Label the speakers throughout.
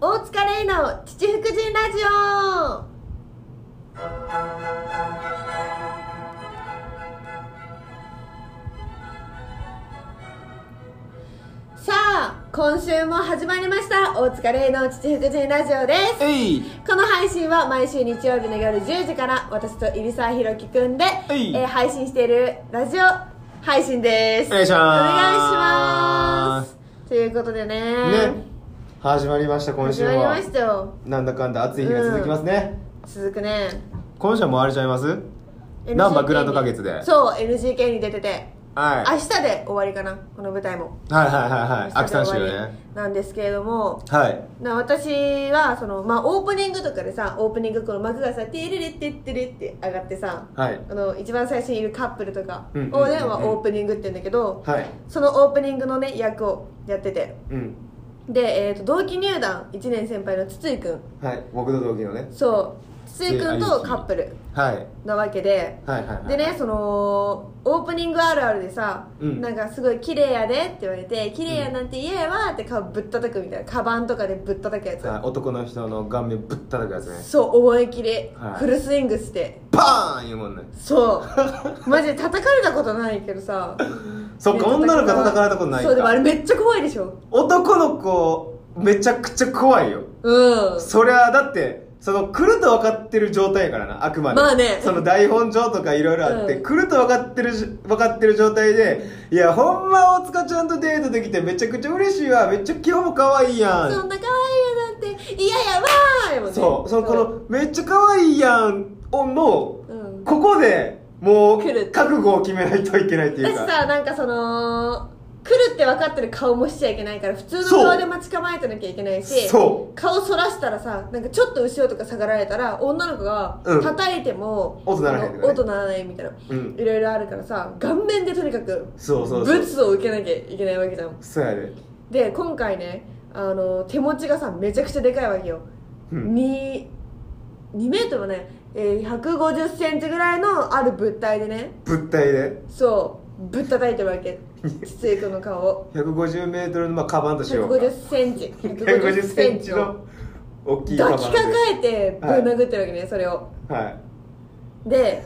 Speaker 1: 大塚玲奈の父福神ラジオさあ今週も始まりました大塚玲奈の父福神ラジオです
Speaker 2: えい
Speaker 1: この配信は毎週日曜日の夜10時から私と入澤ひろきくんで、
Speaker 2: い
Speaker 1: えー配信しているラジオ配信です
Speaker 2: お願いします
Speaker 1: お願いしますということでね
Speaker 2: ね始まりました今
Speaker 1: 始
Speaker 2: 週
Speaker 1: まり
Speaker 2: は
Speaker 1: ましたよ
Speaker 2: なんだかんだ暑い日が続きますね、
Speaker 1: 続くね
Speaker 2: 今週はもうあれちゃいますはいなんばグランド花月で
Speaker 1: そう NGK に出てて明
Speaker 2: はい
Speaker 1: 日で終わりかなこの舞台も
Speaker 2: はいはいはいはい
Speaker 1: 明日
Speaker 2: 秋
Speaker 1: で
Speaker 2: 田
Speaker 1: 終
Speaker 2: 州
Speaker 1: わり
Speaker 2: ね
Speaker 1: なんですけれども
Speaker 2: はい
Speaker 1: な私はその、まあ、オープニングとかでさオープニングこの幕がさ「テレレテッテレ」って上がってさ
Speaker 2: はい
Speaker 1: あの一番最初にいるカップルとか
Speaker 2: うん
Speaker 1: を
Speaker 2: うん
Speaker 1: ね
Speaker 2: うん
Speaker 1: まあオープニングって言うんだけど
Speaker 2: はい
Speaker 1: そのオープニングのね役をやってて
Speaker 2: うん
Speaker 1: で、えー、と同期入団1年先輩の筒井くん
Speaker 2: はい僕と同期のね
Speaker 1: そう筒井くんとカップル
Speaker 2: はい
Speaker 1: なわけで
Speaker 2: はいはいはい
Speaker 1: でねそのオープニングあるあるでさ、
Speaker 2: うん
Speaker 1: なんかすごい綺麗やでって言われて綺麗やなんて言えわって顔ぶったたくみたいなカバンとかでぶったたくやつ、
Speaker 2: はい男の人の顔面ぶったたくやつね
Speaker 1: そう思い切り
Speaker 2: はい
Speaker 1: フルスイングして、
Speaker 2: バーンいうもんね
Speaker 1: そう マジで叩かれたことないけどさ
Speaker 2: そっか女の子叩かれたことない
Speaker 1: そうでもあれ
Speaker 2: か
Speaker 1: めっちゃ怖いでしょ
Speaker 2: 男の子めちゃくちゃ怖いよ
Speaker 1: うん
Speaker 2: そりゃだってその来ると分かってる状態やからなあくまで、
Speaker 1: まあね
Speaker 2: その台本上とかいろいろあって、
Speaker 1: うん
Speaker 2: 来ると分かってるじ分かってる状態でいやほんま大塚ちゃんとデートできてめちゃくちゃ嬉しいわめっちゃ今日も可愛いや
Speaker 1: そん
Speaker 2: ん
Speaker 1: な可愛いやなんて嫌やわーやもんね
Speaker 2: そうそのこのめっちゃ可愛いやんをの
Speaker 1: うん
Speaker 2: ここでもう
Speaker 1: 来る
Speaker 2: 覚悟を決めないといけないってい
Speaker 1: だ
Speaker 2: う
Speaker 1: し
Speaker 2: か
Speaker 1: さなんかその来るって分かってる顔もしちゃいけないから普通の顔で待ち構えてなきゃいけないし
Speaker 2: そ
Speaker 1: 顔そらしたらさなんかちょっと後ろとか下がられたら女の子が
Speaker 2: うん
Speaker 1: 叩いても、
Speaker 2: 音鳴らへんとかね
Speaker 1: 音鳴らないみたいな
Speaker 2: うん
Speaker 1: いろいろあるからさ顔面でとにかく
Speaker 2: そうそうそう
Speaker 1: 物を受けなきゃいけないわけじゃん
Speaker 2: そうやで
Speaker 1: で今回ねあの手持ちがさめちゃくちゃでかいわけよ、
Speaker 2: うん
Speaker 1: 2, 2メートルはね、えー、150センチぐらいのある物体でね
Speaker 2: 物体で
Speaker 1: そうぶったたいてるわけ筒井君の顔を
Speaker 2: 150m のまあカバンとしようか
Speaker 1: 150センチ
Speaker 2: 150センチの大きいカバ
Speaker 1: 抱
Speaker 2: ン
Speaker 1: き
Speaker 2: で
Speaker 1: かかえてぶん殴ってるわけね、それを
Speaker 2: はい
Speaker 1: で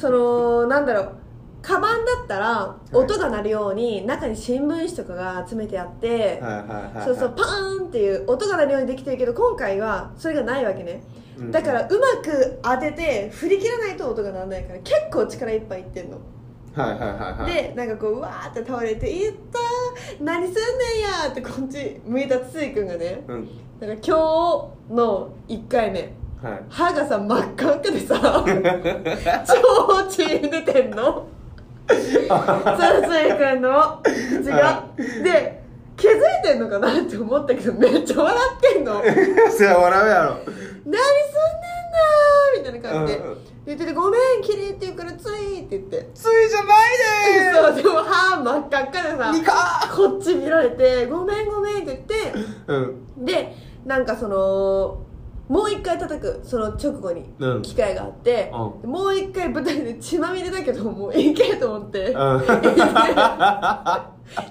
Speaker 1: そのなんだろうカバンだったら
Speaker 2: い
Speaker 1: 音が鳴るように中に新聞紙とかが詰めてあって、
Speaker 2: はいはいはい
Speaker 1: そうそうパーンっていう音が鳴るようにできてるけど今回はそれがないわけね
Speaker 2: うん
Speaker 1: だからうまく当てて振り切らないと音が鳴らないから結構力いっぱいいってんの
Speaker 2: はいはいはいはい
Speaker 1: でなんかこううわーって倒れて「いったー何すんねんやー」ってこっち向いたついくんがね
Speaker 2: うん
Speaker 1: なんか今日の1回目
Speaker 2: はい
Speaker 1: 歯がさ真っ赤っかでさ超血出てんのそうついくんの口がで気づいてんのかなって思ったけどめっちゃ笑ってんの何すんねんな
Speaker 2: そりゃ笑うや
Speaker 1: ーみたいな感じで
Speaker 2: うんうん
Speaker 1: 言ってて「ごめん綺麗って言うからつい」って言って
Speaker 2: ろついじゃない
Speaker 1: そ
Speaker 2: で
Speaker 1: うでも歯真っ赤っかで
Speaker 2: ニ
Speaker 1: さ
Speaker 2: カ
Speaker 1: こっち見られて「ごめんごめん」って言って
Speaker 2: ーうん
Speaker 1: でなんかそのもう一回叩くその直後に
Speaker 2: うん
Speaker 1: 機会があって、
Speaker 2: う
Speaker 1: もう一回舞台で 血まみれだけどもういいけと思って、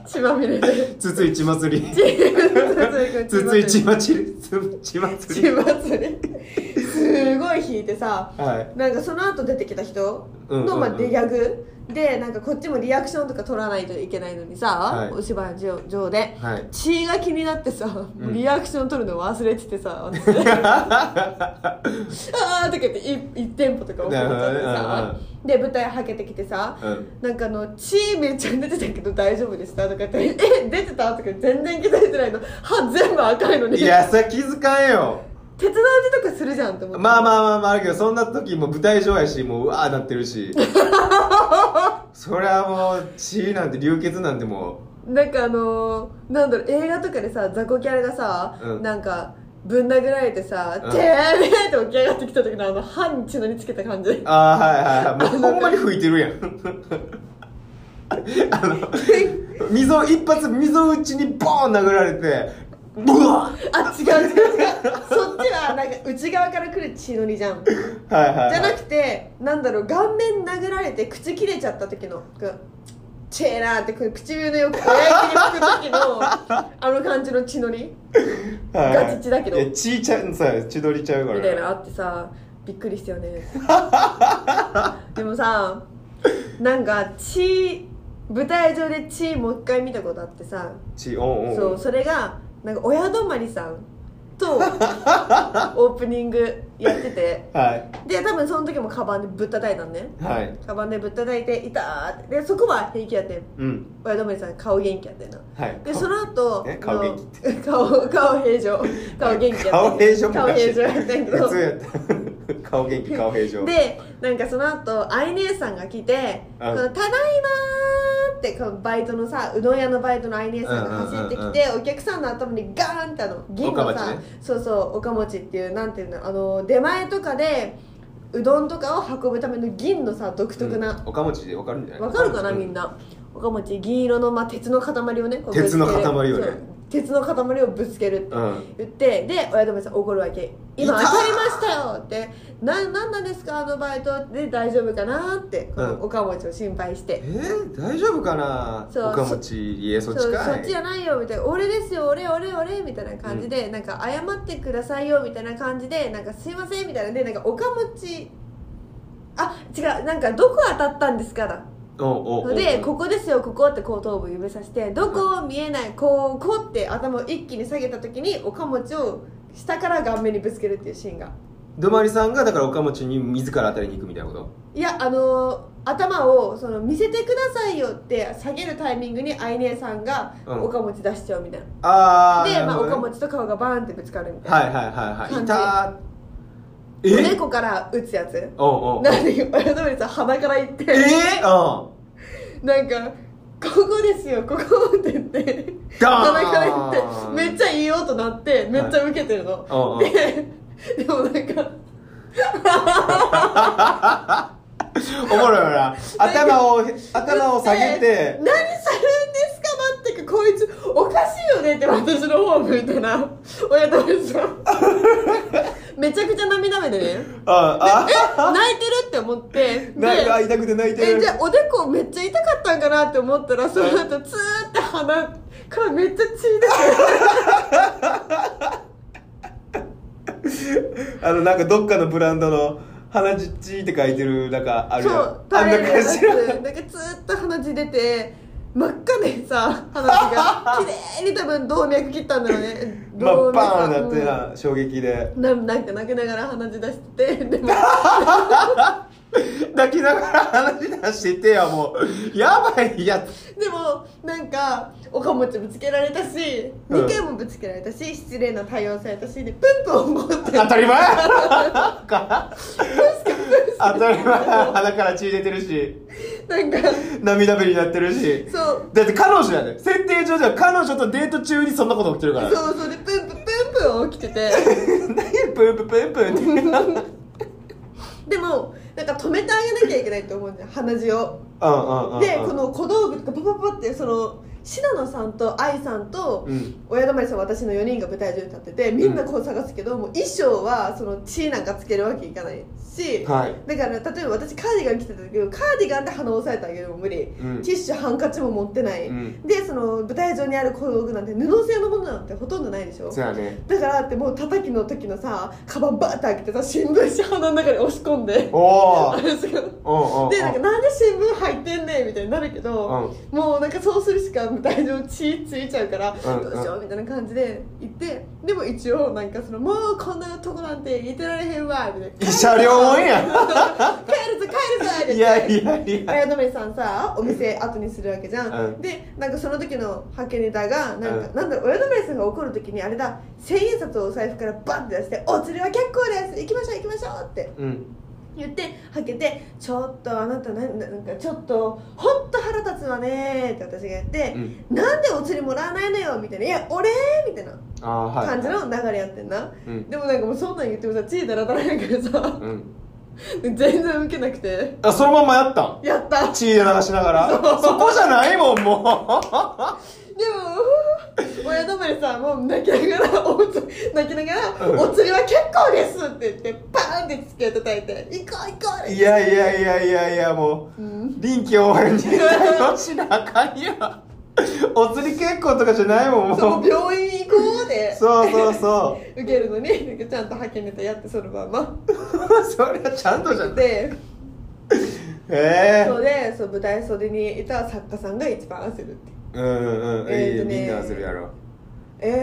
Speaker 1: 血まみれ で
Speaker 2: つついち祭 り
Speaker 1: つ
Speaker 2: つついち祭りつち祭
Speaker 1: 血
Speaker 2: り
Speaker 1: まつれすごい引いてさ
Speaker 2: はい
Speaker 1: なんかその後出てきた人
Speaker 2: うんうんう
Speaker 1: の
Speaker 2: ん
Speaker 1: まあギャグでなんかこっちもリアクションとか取らないといけないのにさ、
Speaker 2: はい
Speaker 1: お芝居の上で、
Speaker 2: はい
Speaker 1: 血が気になってさ、
Speaker 2: ん
Speaker 1: リアクション取るの忘れててさ 私あーとか言って1店舗とか送っちゃって
Speaker 2: なるほ
Speaker 1: さ
Speaker 2: ど
Speaker 1: で
Speaker 2: ね
Speaker 1: 舞台はけてきてさ、
Speaker 2: うん
Speaker 1: なんかあの血めっちゃ出てたけど大丈夫でしたとか言って「え出てた?」とか全然気づいてないの歯全部赤いのに
Speaker 2: いやさ気づかんよ
Speaker 1: 鉄の味とかするじゃんと思って
Speaker 2: まあまあまあまああるけどそんな時も舞台上やしもううわーなって るしそりゃもう血なんて流血なんても
Speaker 1: なんかあのーなんだろう映画とかでさ雑魚キャラがさ、
Speaker 2: うん
Speaker 1: なんかぶん殴られてさ「
Speaker 2: うん
Speaker 1: てめえ!」って起き上がってきた時のあの歯に血のりつけた感じ
Speaker 2: うああはいはいはいもうほんまに吹いてるやん あの溝一発溝打ちにボーン殴られてブワッ
Speaker 1: あ違う違う違うそっちはなんか内側から来る血のりじゃんじ
Speaker 2: はいはい、はい、
Speaker 1: ゃなくてなんだろう顔面殴られて口切れちゃった時のくチェーなーってこう唇の横親指に巻く時のあの感じの血のり
Speaker 2: はい
Speaker 1: ガチ血だけど
Speaker 2: いや血ちゃうさ血取りちゃうから
Speaker 1: みたいなのあってさびっくりしたよねでもさなんか血舞台上で血もう一回見たことあってさ
Speaker 2: 血おんおん
Speaker 1: そうそれがなんか親泊まりさんとオープニングやってて
Speaker 2: は
Speaker 1: で多分その時もカバンでぶったたいたんね
Speaker 2: いはい
Speaker 1: カバンでぶったたいていたーってでそこは平気やってん
Speaker 2: うん
Speaker 1: 親泊まりさん顔元気やってんな
Speaker 2: はい
Speaker 1: でその後
Speaker 2: え顔元
Speaker 1: 気 顔顔平常顔元気やってん
Speaker 2: 顔平常
Speaker 1: 顔平 常やってんけど
Speaker 2: 普通やった顔元気顔平常
Speaker 1: でなんかその後あい姉さんが来て「こ
Speaker 2: うん
Speaker 1: のただいまー」ってこのバイトのさうどん屋のバイトのあい姉さんが走ってきて、お客さんの頭にガーンってあの銀の
Speaker 2: 岡
Speaker 1: さ、
Speaker 2: 持ちね
Speaker 1: そうそう岡持ちっていうなんていうのあの出前とかでうどんとかを運ぶための銀のさ独特な、
Speaker 2: おかもちでわかるんじゃない
Speaker 1: わかるかな
Speaker 2: う
Speaker 1: みんな岡持ち銀色の、まあ、鉄の塊をねこうぶつける
Speaker 2: 鉄の塊をね
Speaker 1: そう鉄の塊をぶつけるって
Speaker 2: うん
Speaker 1: 言ってで親友さん怒るわけ「今
Speaker 2: いた
Speaker 1: 当たりましたよ」って「ななんなんですかあのバイト」で大丈夫かなってこ
Speaker 2: うん
Speaker 1: のおかもちを心配し
Speaker 2: え
Speaker 1: て。
Speaker 2: ー、大丈夫かな
Speaker 1: そう
Speaker 2: おかもちいえそっちかい
Speaker 1: そっちじゃないよみたいな「俺ですよ俺俺俺」みたいな感じで、なんか「謝ってくださいよ」みたいな感じで「なんかすいません」みたいなでなんかおかもちあ違うなんか「どこ当たったんですか?」だ
Speaker 2: おうおうおう
Speaker 1: で「ここですよここ」って後頭部指さして「どこ見えないこうこう」って頭を一気に下げた時におかもちを下から顔面にぶつけるっていうシーンが
Speaker 2: どまりさんがだからおかもちに自ら当たりに行くみたいなこと
Speaker 1: いやあのー頭をその見せてくださいよって下げるタイミングにあい姉さんが
Speaker 2: うん
Speaker 1: おかもち出しちゃうみたいな、
Speaker 2: ああ
Speaker 1: で、まあ、おか
Speaker 2: は
Speaker 1: もちと顔がバーンってぶつかるみたいな、
Speaker 2: いはいはいはいいた
Speaker 1: お
Speaker 2: ー
Speaker 1: で
Speaker 2: え
Speaker 1: こから打つやつ
Speaker 2: おうおう
Speaker 1: なんで親友さん鼻からいって
Speaker 2: えー、うん
Speaker 1: なんか「ここですよここ」って言って
Speaker 2: ダーン
Speaker 1: 鼻からいってめっちゃいい音鳴ってめっちゃウケてるの、
Speaker 2: おうおう
Speaker 1: ででもなんか
Speaker 2: おもろ いよな頭を頭を下げて
Speaker 1: 何されるんですか待ってかこいつおかしいよねって私のホームみたいな親友さんめちゃくちゃ涙目でね
Speaker 2: あ
Speaker 1: え泣いてるって思って
Speaker 2: あなんか
Speaker 1: で
Speaker 2: 痛くて泣いて
Speaker 1: え
Speaker 2: る
Speaker 1: じゃあおでこめっちゃ痛かったんかなって思ったらその後ツーって鼻からめっちゃ血
Speaker 2: あのなんかどっかのブランドの鼻ちっちって書いてるなんかあ
Speaker 1: 出
Speaker 2: る
Speaker 1: て
Speaker 2: やん
Speaker 1: そう垂
Speaker 2: あんな
Speaker 1: れるやつ
Speaker 2: 感じの
Speaker 1: なんかツーっと鼻血出て真っ赤でさ鼻血が 綺麗に多分動脈切ったんだろうね
Speaker 2: ま
Speaker 1: 動脈
Speaker 2: あバーンなって
Speaker 1: うん
Speaker 2: な衝撃で
Speaker 1: ななんか泣きながら鼻血出して てでも
Speaker 2: 抱きながら鼻血出しててやもうやばいやつ
Speaker 1: でもなんかおかもちぶつけられたし
Speaker 2: うん
Speaker 1: 2回もぶつけられたし失礼な対応されたしでプンプン怒って
Speaker 2: 当たり前当たり前鼻から血出てるし
Speaker 1: なんか
Speaker 2: 涙目になってるし
Speaker 1: そう
Speaker 2: だって彼女やで設定上では彼女とデート中にそんなこと起きてるから
Speaker 1: そうそうでプンプンプンプン起きてて
Speaker 2: 何プンプンプンプンって
Speaker 1: でもなんか止めてあげなきゃいけないと思うんだよ鼻血を
Speaker 2: うんうんうんうん
Speaker 1: でこの小道具とかパパパってその信濃さんと愛さんと
Speaker 2: うん
Speaker 1: 親泊さん私の4人が舞台上に立っててみんなこう探すけど、もう衣装はその血なんかつけるわけいかないし、
Speaker 2: はい
Speaker 1: だから例えば私カーディガン着てたけどカーディガンで鼻を押さえてあげるのも無理、
Speaker 2: うん
Speaker 1: ティッシュハンカチも持ってない、
Speaker 2: うん
Speaker 1: でその舞台上にある小道具なんて布製のものなんてほとんどないでしょ
Speaker 2: そうやね
Speaker 1: だからってもう叩きの時のさカバンバーって開けてさ新聞紙鼻の中に押し込んで
Speaker 2: お
Speaker 1: あ
Speaker 2: ー
Speaker 1: れですけど
Speaker 2: おうんうん
Speaker 1: でなんかなんで新聞入ってんねんみたいになるけど、もうなんかそうするしか舞台上血ついちゃうから、
Speaker 2: んうん
Speaker 1: どうしようみたいな感じで行ってでも一応なんかそのもうこんなとこなんて言ってられへんわみたいな
Speaker 2: 慰謝料もんや
Speaker 1: 帰るぞ帰るぞって
Speaker 2: い
Speaker 1: 言っ
Speaker 2: や
Speaker 1: て
Speaker 2: いやい
Speaker 1: 綾
Speaker 2: や
Speaker 1: 留さんさお店後にするわけじゃん、
Speaker 2: うん
Speaker 1: でなんかその時の派遣ネタがなんか、
Speaker 2: うん
Speaker 1: なんだろう綾留さんが怒る時にあれだ千円札をお財布からバンって出して「お釣りは結構です行きましょう行きましょう」って
Speaker 2: うん
Speaker 1: 言ってはけて「ちょっとあなたななんかちょっとほんと腹立つわね」って私が言って「
Speaker 2: うん
Speaker 1: なんでお釣りもらわないのよ」みたいな「いや俺」みたいな
Speaker 2: ああはい
Speaker 1: 感じの流れやってんな、
Speaker 2: うん
Speaker 1: でもなんかもうそんなん言ってもさ血だらだらやからさ
Speaker 2: うん
Speaker 1: 全然ウケなくて
Speaker 2: あそのまんまやったん
Speaker 1: やった
Speaker 2: 血で流しながらそこじゃないもんも
Speaker 1: でも、ふふ親どぶりさんも泣きながらおつ泣きながら「お釣りは結構です」って言ってパーンって机叩いて「行こう行こう」
Speaker 2: いやいやいやいやいやもう、臨機応変に対応しなあかんやお釣り結構とかじゃないもんもう
Speaker 1: その病院行こうで
Speaker 2: そうそうそ
Speaker 1: 受けるのになんかちゃんと派遣ネタやってそのまんま
Speaker 2: うそりゃちゃんとじゃんへ
Speaker 1: で
Speaker 2: え
Speaker 1: そうでそう舞台袖にいた作家さんが一番焦るって
Speaker 2: うんうんうん
Speaker 1: え
Speaker 2: いい
Speaker 1: ー
Speaker 2: よ
Speaker 1: とね
Speaker 2: みんなするやろ
Speaker 1: えー、い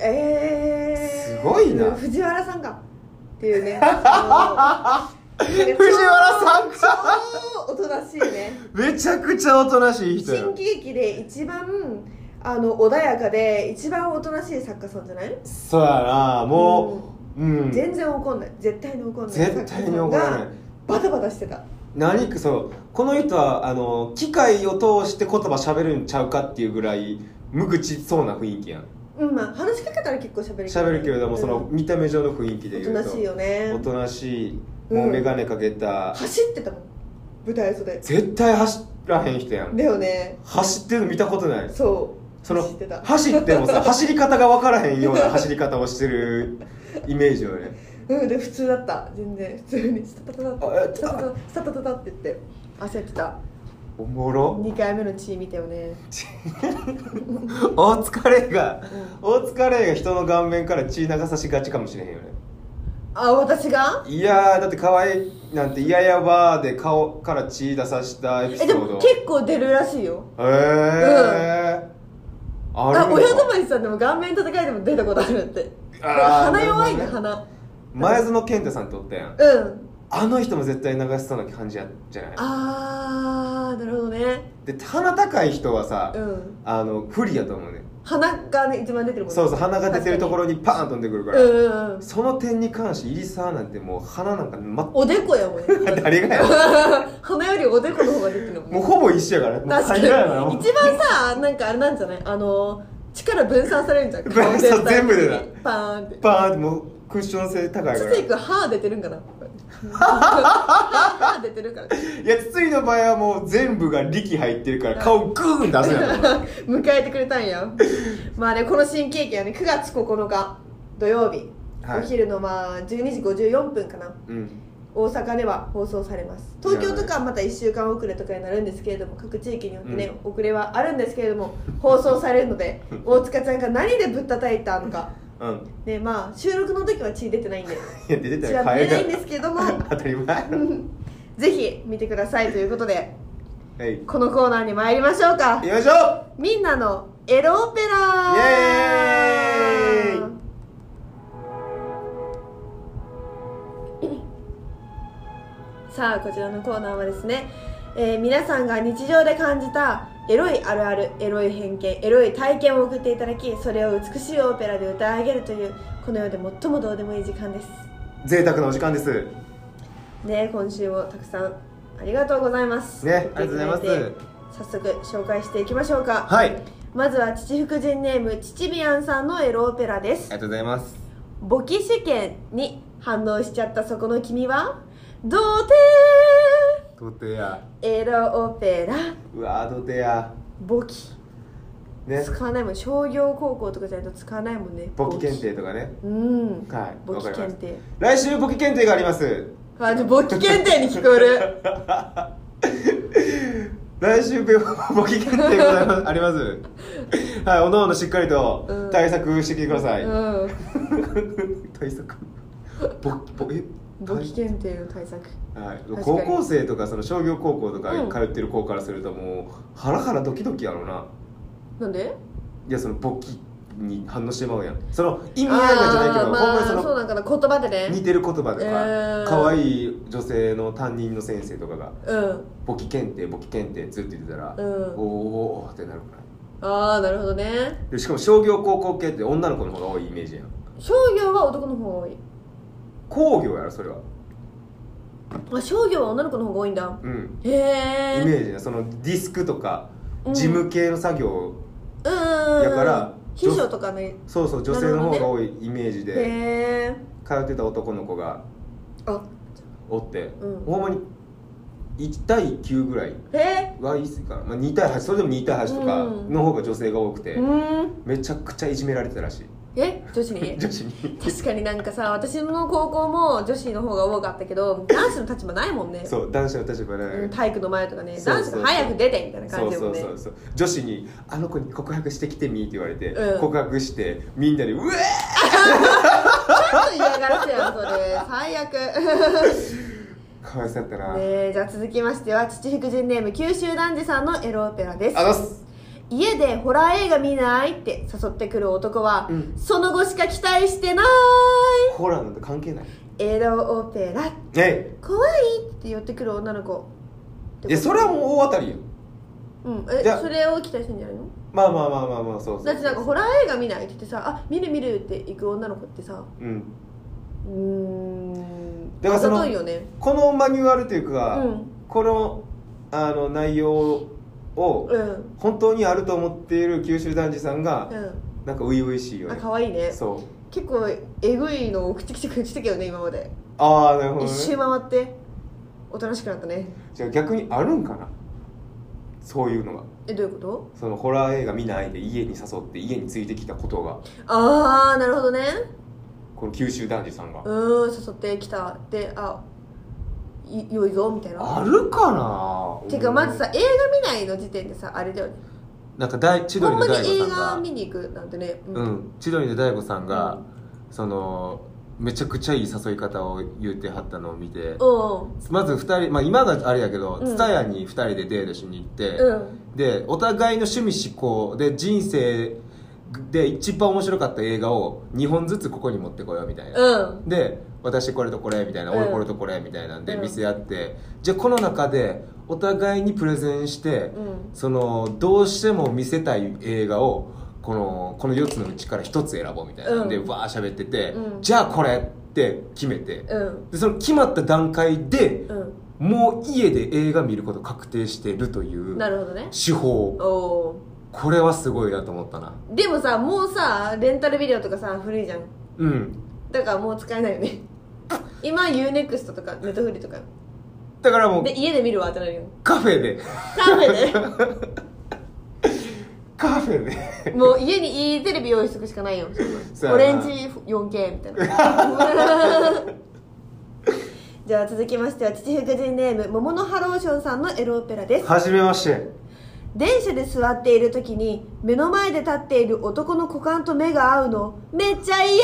Speaker 1: えー、
Speaker 2: すごいな
Speaker 1: 藤原さんかっていう ねあの
Speaker 2: 藤原さんか
Speaker 1: 超おとなしいね
Speaker 2: めちゃくちゃおとなしい人や
Speaker 1: 新喜劇で一番あの穏やかで一番おとなしい作家さんじゃない、
Speaker 2: そうやなもううん、
Speaker 1: 全然怒んない絶対に怒んない
Speaker 2: 絶対に怒らない
Speaker 1: 作家さんがバタバタしてた
Speaker 2: 何かそうこの人はあの機械を通して言葉喋るんちゃうかっていうぐらい無口そうな雰囲気やん
Speaker 1: うんまあ話しかけたら結構喋る
Speaker 2: 喋るけれども、その
Speaker 1: うん
Speaker 2: 見た目上の雰囲気で
Speaker 1: お
Speaker 2: 言
Speaker 1: と
Speaker 2: うと
Speaker 1: なしいよね
Speaker 2: おとなしい
Speaker 1: うん
Speaker 2: もう眼鏡かけた、
Speaker 1: 走ってたもん舞台袖
Speaker 2: 絶対走らへん人やん
Speaker 1: だよね
Speaker 2: 走ってるの見たことない
Speaker 1: そう
Speaker 2: その
Speaker 1: 走ってた
Speaker 2: 走っても さ走り方が分からへんような走り方をしてるイメージよね
Speaker 1: うんで普通だった全然普通にスタタタタ
Speaker 2: あえ
Speaker 1: スタタタスタタタタって言って焦ってた
Speaker 2: お もろ
Speaker 1: 2回目の血見たよね
Speaker 2: 大疲れが大疲れが人の顔面から血流さしがちかもしれへんよね
Speaker 1: あ私が
Speaker 2: いやーだって可愛いなんていややばーで顔から血出さしたエピソ
Speaker 1: えで
Speaker 2: ード
Speaker 1: も結構出るらしいよ
Speaker 2: へえー
Speaker 1: あ
Speaker 2: あるの
Speaker 1: 親友りさんでも顔面戦いでも出たことあるって
Speaker 2: あー
Speaker 1: 鼻弱いね
Speaker 2: なるほ
Speaker 1: 鼻
Speaker 2: 前園健太さんとおったやん
Speaker 1: うん
Speaker 2: あの人も絶対流しそうな感じやじゃない
Speaker 1: あーなるほどね
Speaker 2: で鼻高い人はさ、
Speaker 1: うん
Speaker 2: あの不利やと思うね
Speaker 1: 鼻がね一番出てるもんね
Speaker 2: そうそう鼻が出てるところにパーン飛んでくるから、
Speaker 1: うんうんうん
Speaker 2: その点に関して入沢なんてもう鼻なんかま
Speaker 1: おでこやもん ね
Speaker 2: 誰がや
Speaker 1: 鼻よりおでこの方が出てるもんね
Speaker 2: もうほぼ一緒やからもう
Speaker 1: 確かに
Speaker 2: 最悪やからもう
Speaker 1: 一番さなんかあれなんじゃないあの力分散されるんじゃん
Speaker 2: 分散
Speaker 1: 全体的に
Speaker 2: 全部でな
Speaker 1: パーンって
Speaker 2: パーンってもうクッション性高いから
Speaker 1: つついくん歯出てるんか な歯出てるから
Speaker 2: いや筒井の場合はもう全部が力入ってるから顔グーン出すやん
Speaker 1: 迎えてくれたんやまあねこの新喜劇はね9月9日土曜日、
Speaker 2: はい
Speaker 1: お昼のまあ12時54分かな
Speaker 2: うん
Speaker 1: 大阪では放送されます東京とかはまた1週間遅れとかになるんですけれども各地域によってね、遅れはあるんですけれども放送されるので大塚ちゃんが何でぶったたいたの か
Speaker 2: うん
Speaker 1: ねまあ収録の時は血出てないんで
Speaker 2: いや出てた
Speaker 1: 血
Speaker 2: ら
Speaker 1: は出
Speaker 2: 帰
Speaker 1: な
Speaker 2: る
Speaker 1: いんですけども
Speaker 2: 当たり前
Speaker 1: ぜひ見てくださいということで
Speaker 2: はい
Speaker 1: このコーナーに参りましょうか
Speaker 2: よいしょ
Speaker 1: みんなのエロオペラ
Speaker 2: イエーイ
Speaker 1: さあこちらのコーナーはですね、えー皆さんが日常で感じたエロいあるあるエロい偏見エロい体験を送っていただきそれを美しいオペラで歌い上げるというこの世で最もどうでもいい時間です
Speaker 2: 贅沢なお時間です
Speaker 1: ね今週もたくさんありがとうございます
Speaker 2: ねありがとうござい
Speaker 1: ます早速紹介していきましょうか
Speaker 2: はいあり
Speaker 1: まずは父福神ネームチチビアンさんのエロオペラです
Speaker 2: がとうございます
Speaker 1: 簿記試験に反応しちゃったそこの君は童
Speaker 2: 童貞や
Speaker 1: 貞エロオペラ
Speaker 2: うわー童貞や
Speaker 1: 簿記
Speaker 2: ね
Speaker 1: 使わないもん商業高校とかじゃないと使わないもんね
Speaker 2: 簿記検定とかね
Speaker 1: うん
Speaker 2: はい
Speaker 1: 簿
Speaker 2: わ
Speaker 1: 記
Speaker 2: かりま
Speaker 1: 検
Speaker 2: す
Speaker 1: 定
Speaker 2: 来週簿記検定があります
Speaker 1: あじゃあ簿記検定に聞こえる
Speaker 2: 来週 簿記検定ございますありますはいおのおのしっかり
Speaker 1: う
Speaker 2: と
Speaker 1: ん
Speaker 2: 対策してきてください、
Speaker 1: う
Speaker 2: 対策ぼぼえ
Speaker 1: ん簿記検定の対策
Speaker 2: はい
Speaker 1: かに
Speaker 2: 高校生とかその商業高校とか
Speaker 1: うん
Speaker 2: 通ってる子からするともうハラハラドキドキやろうな
Speaker 1: なんで
Speaker 2: いやその簿記に反応してまうやんその意味合いがじゃないけ
Speaker 1: あー
Speaker 2: ど、
Speaker 1: まあ、
Speaker 2: ほんまに
Speaker 1: そう
Speaker 2: そ
Speaker 1: なんかな言葉
Speaker 2: の
Speaker 1: で
Speaker 2: 似
Speaker 1: ね
Speaker 2: てる言葉とか
Speaker 1: えー
Speaker 2: 可愛い女性の担任の先生とかが
Speaker 1: うん
Speaker 2: 「簿記検定簿記検定」ずっと言ってたら、
Speaker 1: うん
Speaker 2: おーおーってなるから
Speaker 1: ああなるほどね
Speaker 2: でしかも商業高校系って女の子の方が多いイメージやん
Speaker 1: 商業は男の方が多い
Speaker 2: 工業やろそれは
Speaker 1: あ商業は女の子の方が多いんだ
Speaker 2: うん
Speaker 1: へ
Speaker 2: イ
Speaker 1: え
Speaker 2: メージやそのディスクとか
Speaker 1: うん
Speaker 2: 事務系の作業、
Speaker 1: うんうんうん
Speaker 2: やから
Speaker 1: 秘書とかね
Speaker 2: そうそう女性の方が多いイメージ
Speaker 1: へ
Speaker 2: で
Speaker 1: え
Speaker 2: 通ってた男の子が
Speaker 1: あ
Speaker 2: おって、
Speaker 1: うん
Speaker 2: ほんまに1対9ぐらい
Speaker 1: え
Speaker 2: は言い過ぎかな、まあ、2対8それでも2対8とか
Speaker 1: うん
Speaker 2: の方が女性が多くて、
Speaker 1: うん
Speaker 2: めちゃくちゃいじめられてたらしい
Speaker 1: え女子に
Speaker 2: 女子に
Speaker 1: 確かになんかさ私の高校も女子の方が多かったけど男子の立場ないもんね
Speaker 2: そう男子の立場で、
Speaker 1: うん体育の前とかね
Speaker 2: そう
Speaker 1: 男
Speaker 2: そうそう
Speaker 1: 子が早く出てみたいな
Speaker 2: そ
Speaker 1: 感
Speaker 2: う
Speaker 1: じだ
Speaker 2: そ
Speaker 1: もん
Speaker 2: う
Speaker 1: ね
Speaker 2: そうそう女子に「あの子に告白してきてみ」って言われて、
Speaker 1: うん
Speaker 2: 告白してみんなで「うえ
Speaker 1: ちょっと嫌がらせやんそれ最 悪
Speaker 2: ー!」かわいそうやったな、
Speaker 1: ねえじゃあ続きましては父福神ネーム九州男児さんのエロオペラです
Speaker 2: あざっす
Speaker 1: 家でホラー映画見ないって誘ってくる男は、
Speaker 2: うん
Speaker 1: その後しか期待してない
Speaker 2: ホラーなんて関係ない
Speaker 1: エロオペラ
Speaker 2: え
Speaker 1: 怖いって言ってくる女の子
Speaker 2: いやそれはもう大当たりよ
Speaker 1: うんえ
Speaker 2: じゃあ
Speaker 1: それを期待してんじゃないの
Speaker 2: まあまあまあまあまあそうそう
Speaker 1: だってなんかホラー映画見ないって言ってさあ見る見るって行く女の子ってさ
Speaker 2: うん
Speaker 1: うーん
Speaker 2: だからその
Speaker 1: あざといよね
Speaker 2: このマニュアルというか、
Speaker 1: うん
Speaker 2: このあの内容を
Speaker 1: うん
Speaker 2: 本当にあると思っている九州男児さんが
Speaker 1: う
Speaker 2: なんか初々しいよ
Speaker 1: んあ
Speaker 2: ね
Speaker 1: 可愛いね
Speaker 2: そう
Speaker 1: 結構えぐいの送ってきてくれてたけどね今まで、
Speaker 2: ああなるほど、
Speaker 1: 一
Speaker 2: ね、
Speaker 1: 周回っておとなしくなったね
Speaker 2: じゃあ逆にあるんかなそういうのが
Speaker 1: えどういうこと
Speaker 2: そのホラー映画見ないで家に誘って家についてきたことが
Speaker 1: ああなるほどね
Speaker 2: この九州男児さんが、
Speaker 1: うーん誘ってきたであい良いぞみたいな
Speaker 2: あるかな
Speaker 1: てかまずさ映画見ないの時点でさあれだよね
Speaker 2: なんか大千
Speaker 1: ほ
Speaker 2: 鳥
Speaker 1: んま
Speaker 2: の
Speaker 1: に
Speaker 2: 大
Speaker 1: 映画
Speaker 2: 悟さんが
Speaker 1: 見に行くなんてねう
Speaker 2: うん千鳥の大悟さんが、
Speaker 1: う
Speaker 2: そのめちゃくちゃいい誘い方を言ってはったのを見て、
Speaker 1: うん
Speaker 2: まず2人、まあ、今があれやけど
Speaker 1: うん
Speaker 2: TSUTAYA、に2人でデートしに行って、
Speaker 1: うん
Speaker 2: でお互いの趣味思考で人生で一番面白かった映画を2本ずつここに持ってこようみたいな、
Speaker 1: うん
Speaker 2: で私これとこれみたいな、
Speaker 1: うん
Speaker 2: 俺これとこれみたいなんで
Speaker 1: うん
Speaker 2: 見せ合って、じゃあこの中でお互いにプレゼンして、
Speaker 1: うん
Speaker 2: そのどうしても見せたい映画をこのこの4つのうちから1つ選ぼうみたいなんで、
Speaker 1: うん
Speaker 2: わー喋ってて、
Speaker 1: うん
Speaker 2: じゃあこれって決めて、
Speaker 1: うん
Speaker 2: でその決まった段階で、
Speaker 1: うん
Speaker 2: もう家で映画見ること確定してるという
Speaker 1: なるほどね
Speaker 2: 手法
Speaker 1: お
Speaker 2: これはすごいなと思ったな
Speaker 1: ーでもさもうさレンタルビデオとかさ古いじゃん
Speaker 2: うん
Speaker 1: だからもう使えないよ ね今 UNEXT とかネットフリとか
Speaker 2: だからもう
Speaker 1: で家で見るわってなるよ
Speaker 2: カフェで
Speaker 1: カフェ
Speaker 2: カフェ
Speaker 1: で
Speaker 2: で
Speaker 1: もう家にいいテレビ用意しとくしかないよそんなん
Speaker 2: そう
Speaker 1: オレ
Speaker 2: やな
Speaker 1: ンジ 4K みたい なじゃあ続きましては父福神ネーム桃のハローションさんのエロオペラです
Speaker 2: 初めまして
Speaker 1: 電車で座っている時に目の前で立っている男の股間と目が合うのめっちゃ嫌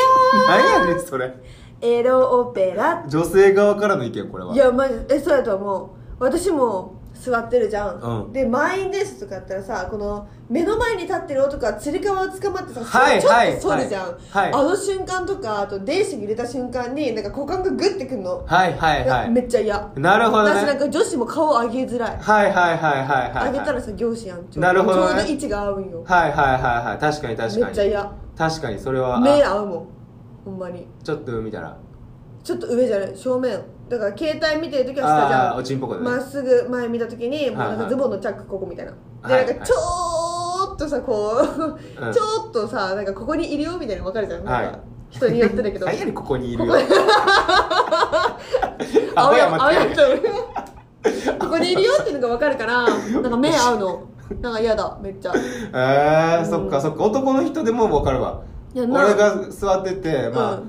Speaker 2: 何やねんそれ
Speaker 1: エロオペラ
Speaker 2: 女性側からの意見これはい
Speaker 1: やマジえそうやと思う私も座ってるじゃん、
Speaker 2: うん
Speaker 1: で満員電車とかやったらさこの目の前に立ってる男がつり革を捕まってさ、
Speaker 2: はい
Speaker 1: ちょ
Speaker 2: はい
Speaker 1: っと反るじゃん、
Speaker 2: はい
Speaker 1: あの瞬間とかあと電車に入れた瞬間になんか股間がグッてくんの、
Speaker 2: はいはいは
Speaker 1: め
Speaker 2: い
Speaker 1: っちゃ嫌
Speaker 2: なるほど
Speaker 1: 私なん
Speaker 2: ね
Speaker 1: か女子も顔上げづらい、
Speaker 2: はいはいはいはいはい
Speaker 1: 上げたらさ業師やんちょう
Speaker 2: なるほど
Speaker 1: ち
Speaker 2: ね
Speaker 1: ょうど位置が合うんよ
Speaker 2: はいはいはいはい確かに確
Speaker 1: め
Speaker 2: か
Speaker 1: っちゃ
Speaker 2: に
Speaker 1: 嫌
Speaker 2: 確かにそれは
Speaker 1: 目
Speaker 2: あ
Speaker 1: 合うもんほんまに
Speaker 2: ちょっと見たら
Speaker 1: ちょっと上じゃない正面だから携帯見てる時は下じゃ
Speaker 2: ああ
Speaker 1: ん
Speaker 2: ーおちんぽこでね
Speaker 1: まっすぐ前見た時にもうなん
Speaker 2: はいは
Speaker 1: か
Speaker 2: い
Speaker 1: ズボンのチャックここみたいな、
Speaker 2: はい
Speaker 1: でなんかちょーっとさこう、
Speaker 2: うん
Speaker 1: ちょーっとさなんかここにいるよみたいなの分かるじゃん,、なん
Speaker 2: は
Speaker 1: か人によってだ けど
Speaker 2: 何やねんここにいる
Speaker 1: こ
Speaker 2: よ
Speaker 1: こ
Speaker 2: 青
Speaker 1: 青
Speaker 2: 山
Speaker 1: 山青
Speaker 2: って
Speaker 1: 山ちゃんここにいるよっていうのが分かるから なんか目合うのなんか嫌だめっちゃ
Speaker 2: えー、そっ
Speaker 1: う
Speaker 2: か
Speaker 1: ん
Speaker 2: そっか男の人でも分かるわ
Speaker 1: いやな
Speaker 2: 俺が座っててま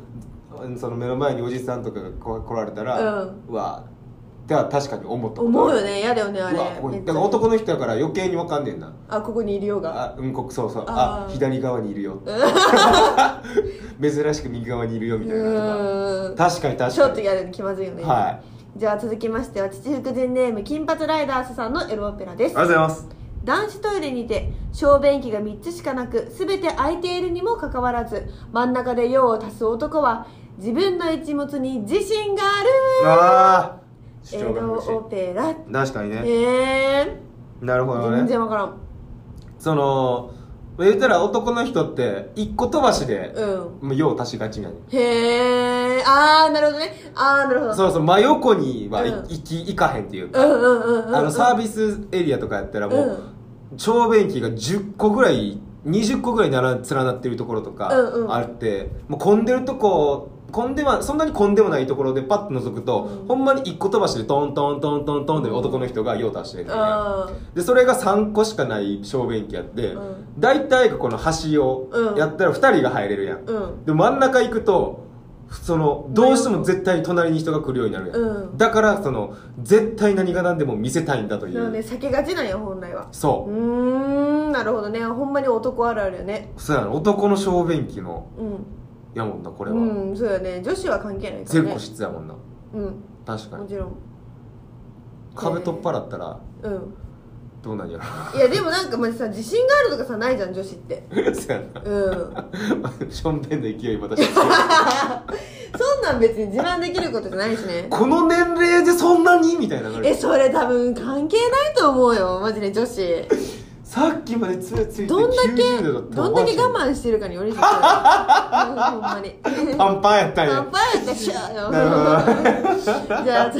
Speaker 2: あ、その目の前におじさんとかがこ来られたら、
Speaker 1: う
Speaker 2: わでは確かに思った
Speaker 1: 思うよね嫌だよね
Speaker 2: う
Speaker 1: あ
Speaker 2: わ
Speaker 1: れ
Speaker 2: ここ
Speaker 1: めっ
Speaker 2: に
Speaker 1: ちゃ
Speaker 2: だから男の人だから余計に分かんねんな
Speaker 1: あここにいるよが
Speaker 2: あうんこそうそうあ
Speaker 1: あー
Speaker 2: 左側にいるよ 珍しく右側にいるよみたいなと
Speaker 1: うーん
Speaker 2: か確かに確
Speaker 1: ちょっ
Speaker 2: か
Speaker 1: と
Speaker 2: に
Speaker 1: やるの気まずいよね、
Speaker 2: はい
Speaker 1: じゃあ続きましては父福神ネーム金髪ライダースさんのエロオペラです
Speaker 2: ありがとうございます
Speaker 1: 男子トイレにて小便器が3つしかなく全て空いているにもかかわらず真ん中で用を足す男は自分の一物に自信がある
Speaker 2: ああ主
Speaker 1: エ
Speaker 2: 張が
Speaker 1: ロ
Speaker 2: 欲し
Speaker 1: オ
Speaker 2: い
Speaker 1: ペラ
Speaker 2: 確かにね
Speaker 1: へえ
Speaker 2: なるほど
Speaker 1: 全
Speaker 2: ね
Speaker 1: 然わからん
Speaker 2: その言ったら男の人って一個飛ばしで、
Speaker 1: うん
Speaker 2: もう用足しがちやねん
Speaker 1: へえああなるほどねああなるほど
Speaker 2: そうそう真横には
Speaker 1: うん
Speaker 2: 行き行かへんっていうか、
Speaker 1: うんうんうんうん
Speaker 2: あのサービスエリアとかやったらもう、小便器が10個ぐらい20個ぐらいなら連なってるところとか
Speaker 1: うんうん
Speaker 2: あって、もう混んでるとこ混んではそんなに混んでもないところでパッと覗くと、
Speaker 1: うん
Speaker 2: ほんまに一個飛ばしでトントントントントンで男の人が用足してるのね
Speaker 1: あ
Speaker 2: でそれが3個しかない小便器あって、
Speaker 1: うん
Speaker 2: 大体がこの端をやったら2人が入れるやん、
Speaker 1: ーうん
Speaker 2: で真ん中行くとそのどうしても絶対に隣に人が来るようになるやん、
Speaker 1: うん
Speaker 2: だからその絶対何が何でも見せたいんだとい
Speaker 1: なの
Speaker 2: う、
Speaker 1: で避けがちなんや本来はう
Speaker 2: そ
Speaker 1: ーんなるほどねほんまに男あるあるよね
Speaker 2: うそうやの男の小便器の
Speaker 1: うん
Speaker 2: やもんなこれは、
Speaker 1: うんそうやね女子は関係ないから
Speaker 2: 全
Speaker 1: ね
Speaker 2: 個室やもんな
Speaker 1: うん
Speaker 2: 確か
Speaker 1: も
Speaker 2: に
Speaker 1: ちろん
Speaker 2: 壁取っ払ったら
Speaker 1: うん
Speaker 2: どうなんやろ
Speaker 1: いやでもなんかまあさ自信があるとかさないじゃん女子って
Speaker 2: そうやな
Speaker 1: うん
Speaker 2: しょんべんの勢い私
Speaker 1: そんなん別に自慢できることじゃないしね
Speaker 2: この年齢でそんなにみたいなのある
Speaker 1: えそれ多分関係ないと思うよマジで女子
Speaker 2: さっきまでつやついて
Speaker 1: どんだけ
Speaker 2: 90度だった
Speaker 1: どんだけ
Speaker 2: 慢
Speaker 1: 我慢してるかによりそうだようんほんまに
Speaker 2: パンパンやったん
Speaker 1: 乾
Speaker 2: や
Speaker 1: 杯でしょ じゃあつ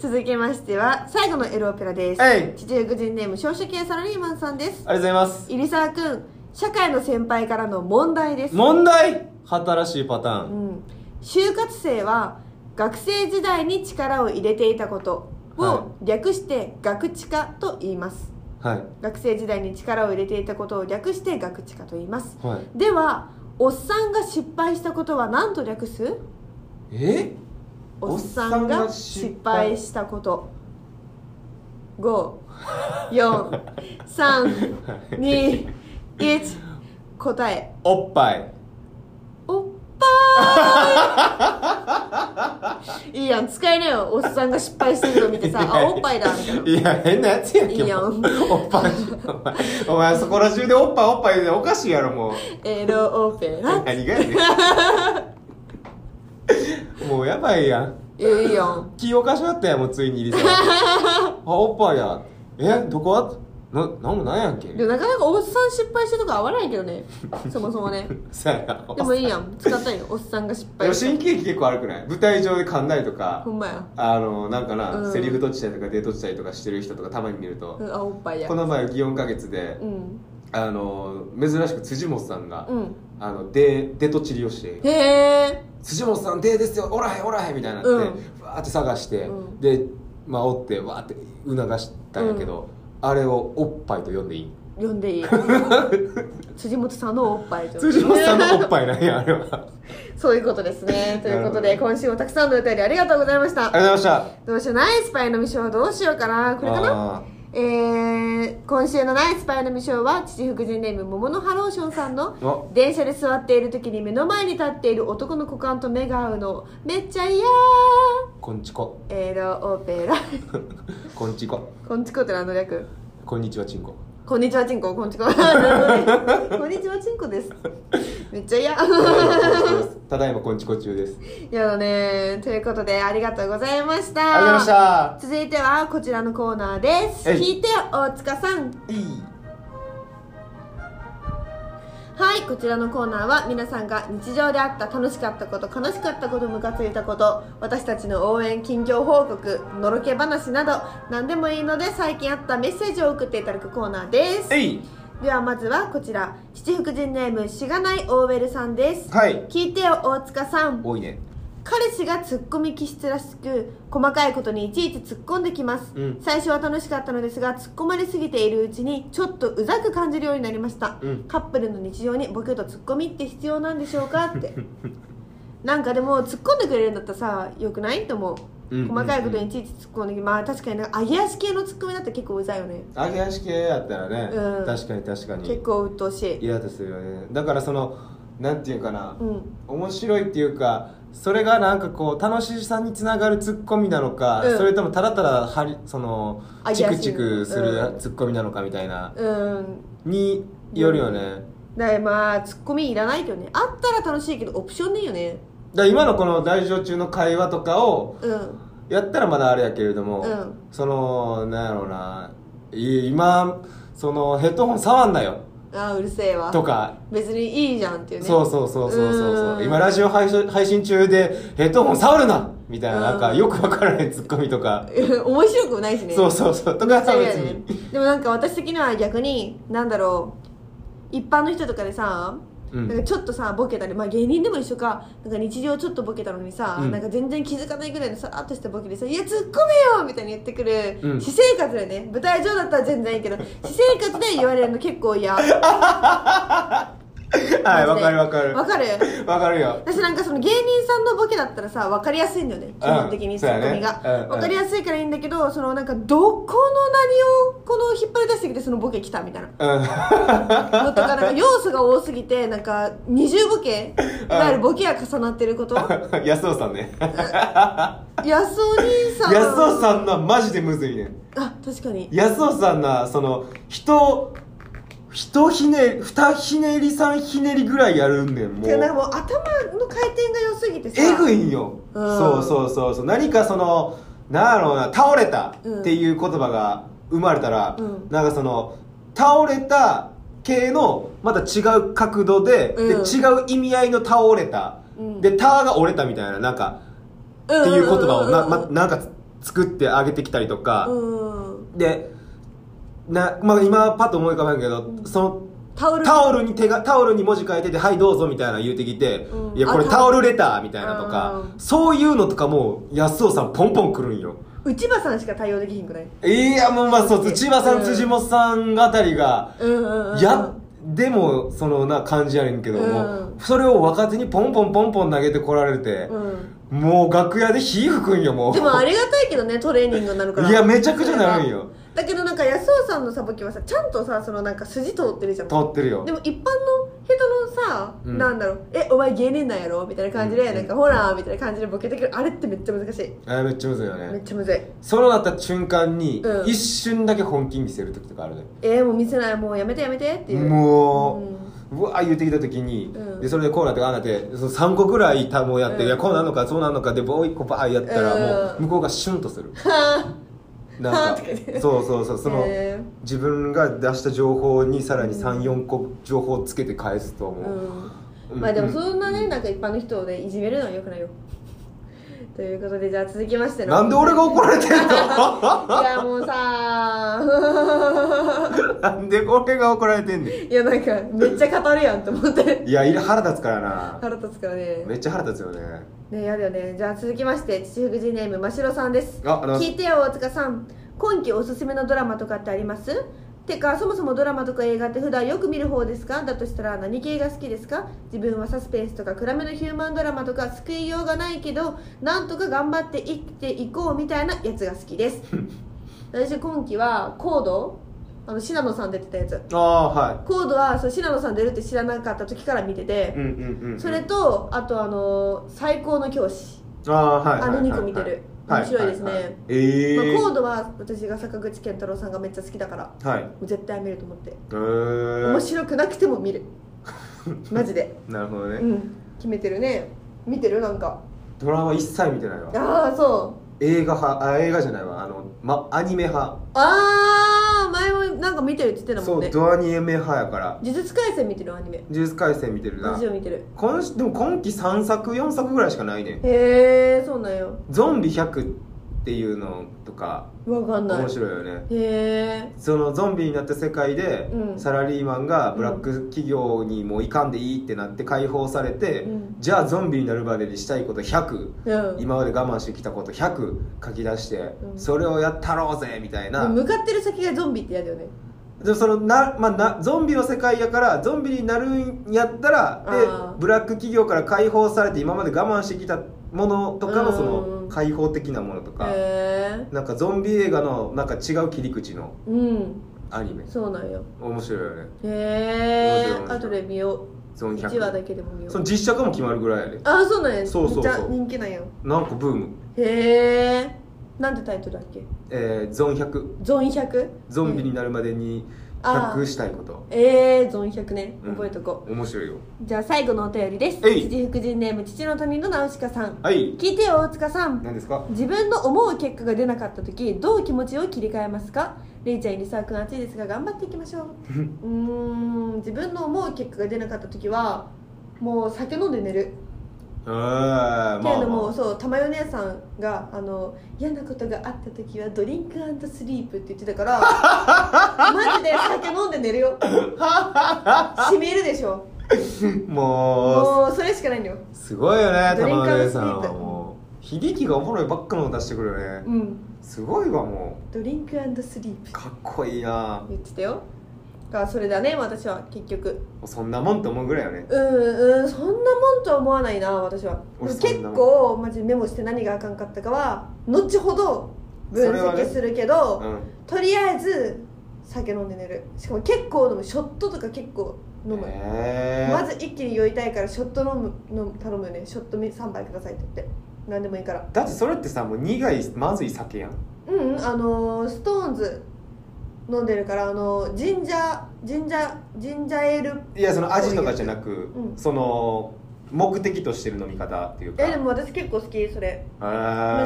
Speaker 1: 続きましては最後のエロオペラです
Speaker 2: えい
Speaker 1: 地中人ネーム少社系サラリーマンさんです
Speaker 2: ありがとうございます
Speaker 1: 入沢くん社会の先輩からの問題です
Speaker 2: 問題新しいパター
Speaker 1: う
Speaker 2: ン
Speaker 1: ん、就活生は学生時代に力を入れていたこと
Speaker 2: は
Speaker 1: を略して学知化と言います、
Speaker 2: はい
Speaker 1: 学生時代に力を入れていたことを略して学知化と言います
Speaker 2: はい
Speaker 1: ではおっさんが失敗したことは何と略す
Speaker 2: え
Speaker 1: おっさんが失敗したこと54321答え
Speaker 2: おっぱい
Speaker 1: おっぱい いいやん使えなよおっさんが失敗してるの見てさあおっぱいだみたいない
Speaker 2: や変なやつやんけ
Speaker 1: いいやん
Speaker 2: もうおっぱいお前お前そこら中でおっぱいおっぱいでおかしいやろもう
Speaker 1: エロオペラ
Speaker 2: 何がやね んもうやばいやん
Speaker 1: いやいいやん
Speaker 2: 気おかしなったやんもうついに入 りさんあおっぱいやえどこななんもないやんけ
Speaker 1: でもなかなかおっさん失敗してるとか合わないけどねそもそも ね
Speaker 2: さやな
Speaker 1: でもいいやん使ったんよおっさんが失
Speaker 2: で
Speaker 1: 敗
Speaker 2: も
Speaker 1: し
Speaker 2: 新喜劇結構悪くない舞台上で噛んだりと
Speaker 1: た
Speaker 2: か
Speaker 1: ほんまや、
Speaker 2: あのなんかな、
Speaker 1: うん
Speaker 2: セリフ取っちたりとかデートしたりとかしてる人とかたまに見ると
Speaker 1: う、ん、あおっぱいや
Speaker 2: この前祇園花月で、
Speaker 1: うん
Speaker 2: あの珍しく辻本さんが、
Speaker 1: うん
Speaker 2: あのデデトチリをして
Speaker 1: へえ
Speaker 2: 辻本さんデーですよおらへんおらへんみたいになって、
Speaker 1: う
Speaker 2: わーって探して、
Speaker 1: うん
Speaker 2: でまあおってわーって促したんやけど、あれをおっぱいと呼んでいい
Speaker 1: 読んで いい辻本さんのおっぱいと
Speaker 2: 辻本さんのおっぱいなん やあれは
Speaker 1: そういうことですねということ
Speaker 2: な
Speaker 1: で
Speaker 2: るほ
Speaker 1: 今週もたくさんのお便りありがとうございました
Speaker 2: ありがとうございまし
Speaker 1: どうしようナイスパイの未章どうしようかな
Speaker 2: た
Speaker 1: これかな
Speaker 2: あ
Speaker 1: えー、今週のナイスパイの未章は父福神ネーム桃のハローションさんの
Speaker 2: お
Speaker 1: 電車で座っている時に目の前に立っている男の股間と目が合うのめっちゃ嫌
Speaker 2: ーこんちこ
Speaker 1: エロオ ペラ
Speaker 2: こんちこ
Speaker 1: こんちこって何の略
Speaker 2: こんにちはちん こ
Speaker 1: こんにちはちんここ んちこなるほどねこんにちはちんこですめっちゃ嫌
Speaker 2: ただいまこんちこ中です
Speaker 1: やだねということでありがとうございました
Speaker 2: ありがとうござ
Speaker 1: 続いてはこちらのコーナーです
Speaker 2: えい
Speaker 1: 聞いてよ大塚さん
Speaker 2: いました
Speaker 1: はいこちらのコーナーは皆さんが日常であった楽しかったこと悲しかったことムカついたこと私たちの応援近況報告のろけ話など何でもいいので最近あったメッセージを送っていただくコーナーです
Speaker 2: えい
Speaker 1: ではまずはこちら七福神ネームしがないオーウェルさんです
Speaker 2: はい
Speaker 1: 聞いてよ大塚さん
Speaker 2: 多いね
Speaker 1: 彼氏がツッコミ気質らしく細かいことにいちいち突っ込んできます、
Speaker 2: うん
Speaker 1: 最初は楽しかったのですが突っ込まれすぎているうちにちょっとうざく感じるようになりました、
Speaker 2: うん
Speaker 1: カップルの日常にボケとツッコミって必要なんでしょうかって なんかでも突っ込んでくれるんだったらさよくないと思う、
Speaker 2: うんうんうん
Speaker 1: 細かいことにいちいち突っ込んできまあ確かになんか揚げ足系のツッコミだったら結構うざいよね
Speaker 2: 揚げ足系やったらね、
Speaker 1: うん
Speaker 2: 確かに確かに
Speaker 1: 結構鬱陶しい
Speaker 2: イラッとするよねだからそのなんていうかな、
Speaker 1: うん
Speaker 2: 面白いっていうかそれがなんかこう楽しさにつながるツッコミなのか、
Speaker 1: うん
Speaker 2: それともただただはりその
Speaker 1: あ
Speaker 2: チクチクす
Speaker 1: う
Speaker 2: る
Speaker 1: ん
Speaker 2: ツッコミなのかみたいな、
Speaker 1: うん
Speaker 2: によるよね、
Speaker 1: だからまあツッコミいらないけどねあったら楽しいけどオプションでいいよね
Speaker 2: だから今のこの大丈中の会話とかを
Speaker 1: うん
Speaker 2: やったらまだあれやけれども、
Speaker 1: うん
Speaker 2: そのなんやろうない今そのヘッドホン触んなよ
Speaker 1: あーうるせえわ
Speaker 2: とか
Speaker 1: 別にいいじゃんっていうね
Speaker 2: そうそうそうそうそうそううん今ラジオ配信配信中でヘッドホン触るなみたいななんか
Speaker 1: うん
Speaker 2: よくわからないツッコミとか、
Speaker 1: 面白くもないしね
Speaker 2: そうそうそうとかは
Speaker 1: そうや
Speaker 2: 別
Speaker 1: ね
Speaker 2: に、
Speaker 1: でもなんか私的には逆になんだろう一般の人とかでさ、
Speaker 2: うん
Speaker 1: なんかちょっとさボケたり、まあ、芸人でも一緒かなんか日常ちょっとボケたのにさ、
Speaker 2: うん
Speaker 1: なんか全然気づかないぐらいのさらっとしたボケでさ「いやツッコめよ!」みたいに言ってくる、
Speaker 2: うん
Speaker 1: 私生活でね舞台上だったら全然いいけど私生活で言われるの結構嫌はい
Speaker 2: はいわかるわかる
Speaker 1: わかる
Speaker 2: わかるよ
Speaker 1: 私なんかその芸人さんのボケだったらさ分かりやすいんだよね基本的にツ
Speaker 2: そうや
Speaker 1: ッ
Speaker 2: ね
Speaker 1: コミが、
Speaker 2: うんうん
Speaker 1: 分かりやすいからいいんだけどそのなんかどこの何をこの引っ張り出してきてそのボケ来たみたい な
Speaker 2: うん
Speaker 1: のとかなんか要素が多すぎてなんか二重ボケいわゆるボケが重なってる こと
Speaker 2: 安尾さんね
Speaker 1: 安尾兄さん
Speaker 2: 安尾さんのはマジでむずいねん
Speaker 1: あ確かに
Speaker 2: 安尾さんなその人人ひね二ひねり三ひねりぐらいやるんねんも
Speaker 1: てかなんか
Speaker 2: う
Speaker 1: もう頭の回転が良すぎてさ
Speaker 2: えぐいんよ、
Speaker 1: うん
Speaker 2: そうそうそうそう何かそのなんやろうな倒れたっていう言葉が生まれたら、
Speaker 1: うん
Speaker 2: なんかその倒れた系のまた違う角度で,、
Speaker 1: うん
Speaker 2: で違う意味合いの倒れた、
Speaker 1: うん
Speaker 2: で「タ」が折れたみたいななんか
Speaker 1: て
Speaker 2: っていう言葉をな,、ま、
Speaker 1: う
Speaker 2: なんか作ってあげてきたりとか、
Speaker 1: ん
Speaker 2: でな、まあ、今パッと思い浮かばんけど、その
Speaker 1: タオル
Speaker 2: タオルに手がタオルに文字書いてて「はいどうぞ」みたいなの言うてきて「
Speaker 1: うん
Speaker 2: いやこれ
Speaker 1: あ
Speaker 2: タオルレター」みたいなとか
Speaker 1: う
Speaker 2: そういうのとかも安尾さんポンポン来るんよ
Speaker 1: 内場さんしか対応できひんくない
Speaker 2: いやもうまあそう
Speaker 1: うん
Speaker 2: 千葉さん辻本さんあたりが
Speaker 1: うんうんうん
Speaker 2: やでもそのな感じやねんけども
Speaker 1: うん
Speaker 2: それを若手にポンポンポンポン投げてこられて
Speaker 1: うん
Speaker 2: もう楽屋で火吹くんよもう
Speaker 1: でもありがたいけどねトレーニングになるから
Speaker 2: いやめちゃくちゃなるんよ
Speaker 1: だけどなんか安尾さんのさボケはさちゃんとさそのなんか筋通ってるじゃん
Speaker 2: 通ってるよ
Speaker 1: でも一般の人のさ、
Speaker 2: うん
Speaker 1: なんだろう「えお前芸人なんやろ?」みたいな感じで、
Speaker 2: うんうん
Speaker 1: なんか「ほら」みたいな感じでボケてくるあれってめっちゃ難しい
Speaker 2: あれめっちゃむずいよ
Speaker 1: めっ
Speaker 2: ね
Speaker 1: ちゃむずい
Speaker 2: そのなった瞬間に
Speaker 1: うん
Speaker 2: 一瞬だけ本気見せる時とかあるね
Speaker 1: えー、もう見せないもうやめてやめてっていう
Speaker 2: も
Speaker 1: うん
Speaker 2: う、うわー言ってきた時に、
Speaker 1: うん
Speaker 2: でそれでこうなってああなってその3個ぐらい多分やって、
Speaker 1: うん
Speaker 2: いやこうなんのかそうなんのかでもう1個バーやったら、
Speaker 1: うん
Speaker 2: もう向こうがシュンとする
Speaker 1: は
Speaker 2: なん
Speaker 1: は
Speaker 2: か
Speaker 1: ーとかね
Speaker 2: そうそうそうその、
Speaker 1: へー
Speaker 2: 自分が出した情報にさらに34個情報をつけて返す と
Speaker 1: あ、う
Speaker 2: 思う、
Speaker 1: ん
Speaker 2: うん
Speaker 1: まあでもそんなねなんか一般の人をねいじめるのはよくないよということでじゃあ続きましての
Speaker 2: なんで俺が怒られてんの
Speaker 1: いやもうさ
Speaker 2: なんで俺が怒られてんね
Speaker 1: いやなんかめっちゃ語るやんと思って
Speaker 2: んいやいら腹立つからな
Speaker 1: 腹立つからね
Speaker 2: めっちゃ腹立つよね
Speaker 1: ねやだよねじゃあ続きまして父福神ネームましろさんです
Speaker 2: ああの
Speaker 1: 聞いてよ大塚さん今期おすすめのドラマとかってありますてかそもそもドラマとか映画って普段よく見る方ですかだとしたら何系が好きですか自分はサスペンスとか暗めのヒューマンドラマとか救いようがないけどなんとか頑張って生きていこうみたいなやつが好きです 私今期はコードあの信濃さん出てたやつ
Speaker 2: ああは
Speaker 1: コードはそう信濃さん出るって知らなかった時から見てて
Speaker 2: いうんうんうん
Speaker 1: それとあとあの最高の教師
Speaker 2: ああはいはい
Speaker 1: あの
Speaker 2: はい
Speaker 1: 二個見てる
Speaker 2: は
Speaker 1: 面白いですね
Speaker 2: ははええ
Speaker 1: まあ、
Speaker 2: ー
Speaker 1: コードは私が坂口健太郎さんがめっちゃ好きだからも
Speaker 2: はいう
Speaker 1: 絶対見ると思って
Speaker 2: えー
Speaker 1: 面白くなくても見 るマジで
Speaker 2: なるほどね、
Speaker 1: うん決めてるね見てるなんか
Speaker 2: ドラマ一切見てないわ
Speaker 1: ああそう
Speaker 2: 映画派あ映画じゃないわあの、ま、アニメ派
Speaker 1: ああ前もなんか見てるって言ってたもん
Speaker 2: そう
Speaker 1: ね
Speaker 2: ドアニメ派やから
Speaker 1: 呪術廻戦見てるアニメ
Speaker 2: 「呪術廻戦」見てるな
Speaker 1: ラジオ見てる
Speaker 2: 今しでも今期3作4作ぐらいしかないねん
Speaker 1: へえそうなんよ
Speaker 2: 「ゾンビ100」っていうのとか
Speaker 1: わかんない
Speaker 2: 面
Speaker 1: へ
Speaker 2: 白いよね
Speaker 1: え
Speaker 2: そのゾンビになった世界で、
Speaker 1: うん
Speaker 2: サラリーマンがブラック企業にもういかんでいいってなって解放されて、
Speaker 1: うん
Speaker 2: じゃあゾンビになるまでにしたいこと100、
Speaker 1: うん
Speaker 2: 今まで我慢してきたこと100書き出して、
Speaker 1: うん
Speaker 2: それをやったろうぜみたいな
Speaker 1: でも向かってる先がゾンビって嫌だよね
Speaker 2: でそのな、まあ、なゾンビの世界やからゾンビになるんやったら
Speaker 1: あー
Speaker 2: でブラック企業から解放されて今まで我慢してきたものとか
Speaker 1: う
Speaker 2: の
Speaker 1: ん
Speaker 2: その解放的なものとか、
Speaker 1: へえ
Speaker 2: なんかゾンビ映画のなんか違う切り口の
Speaker 1: うん
Speaker 2: アニメ
Speaker 1: そうなんよ
Speaker 2: 面白いよね
Speaker 1: へ
Speaker 2: 面白い面
Speaker 1: え
Speaker 2: 白い
Speaker 1: 後で見よ
Speaker 2: ゾ
Speaker 1: う
Speaker 2: ン
Speaker 1: 1話だ
Speaker 2: 100
Speaker 1: けでも見よ
Speaker 2: そうの実写化も決まるぐらいやで
Speaker 1: あそうなんや
Speaker 2: そうそうそう
Speaker 1: めっちゃ人気なんや
Speaker 2: なんかブーム、
Speaker 1: へえなんてタイトルだっけ
Speaker 2: えーゾン100
Speaker 1: ゾン100
Speaker 2: ゾンビに
Speaker 1: うん
Speaker 2: なるまでに
Speaker 1: あー
Speaker 2: 100したいこと、
Speaker 1: ええゾン100ね
Speaker 2: うん
Speaker 1: 覚えとこ
Speaker 2: 面白いよ
Speaker 1: う、じゃあ最後のお便りです
Speaker 2: えい
Speaker 1: 父福神ネーム父の谷のナウシカさん、
Speaker 2: はい
Speaker 1: 聞いてよ大塚さん
Speaker 2: 何ですか
Speaker 1: 自分の思う結果が出なかった時どう気持ちを切り替えますかれいちゃん入澤君暑いですが頑張っていきましょ ううーん自分の思う結果が出なかった時はもう酒飲んで寝る
Speaker 2: えー、まあ、
Speaker 1: けれ
Speaker 2: ま
Speaker 1: ども、
Speaker 2: あ、
Speaker 1: そう玉代姉さんがあの嫌なことがあった時はドリンクスリープって言ってたから マジで酒飲んで寝るよしみるでしょ
Speaker 2: も
Speaker 1: もうそれしかないんだよ
Speaker 2: うすごいよね
Speaker 1: ドリン
Speaker 2: 玉
Speaker 1: カーの
Speaker 2: 上さん
Speaker 1: スイ
Speaker 2: は
Speaker 1: ープ
Speaker 2: もう響きがおもろいばっかの出してくるよね
Speaker 1: うん
Speaker 2: すごいわも
Speaker 1: ドリンクスリー
Speaker 2: う
Speaker 1: プ
Speaker 2: かっこいいな
Speaker 1: 言ってたよだからそれだね私は結局
Speaker 2: そんなもんと思うぐらいよね
Speaker 1: うんうんそんなもんとは思わないな私は
Speaker 2: 俺
Speaker 1: 結
Speaker 2: そんなもん
Speaker 1: 構マジメモして何があかんかったかは後ほど分
Speaker 2: それはね
Speaker 1: 析するけど、
Speaker 2: うん
Speaker 1: とりあえず酒飲んで寝るしかも結構飲むショットとか結構飲む、
Speaker 2: へえ
Speaker 1: まず一気に酔いたいからショット飲む飲む頼むよねショット3杯くださいって言って何でもいいから
Speaker 2: だってそれってさもう苦いまずい酒やん
Speaker 1: うんうんあのー、ストーンズ飲んでるからあのー、ジンジャージンジャージンジャーエール
Speaker 2: いやその味とかじゃなく、
Speaker 1: うん
Speaker 2: その目的としてる飲み方っていうか
Speaker 1: えでも私結構好きそれマ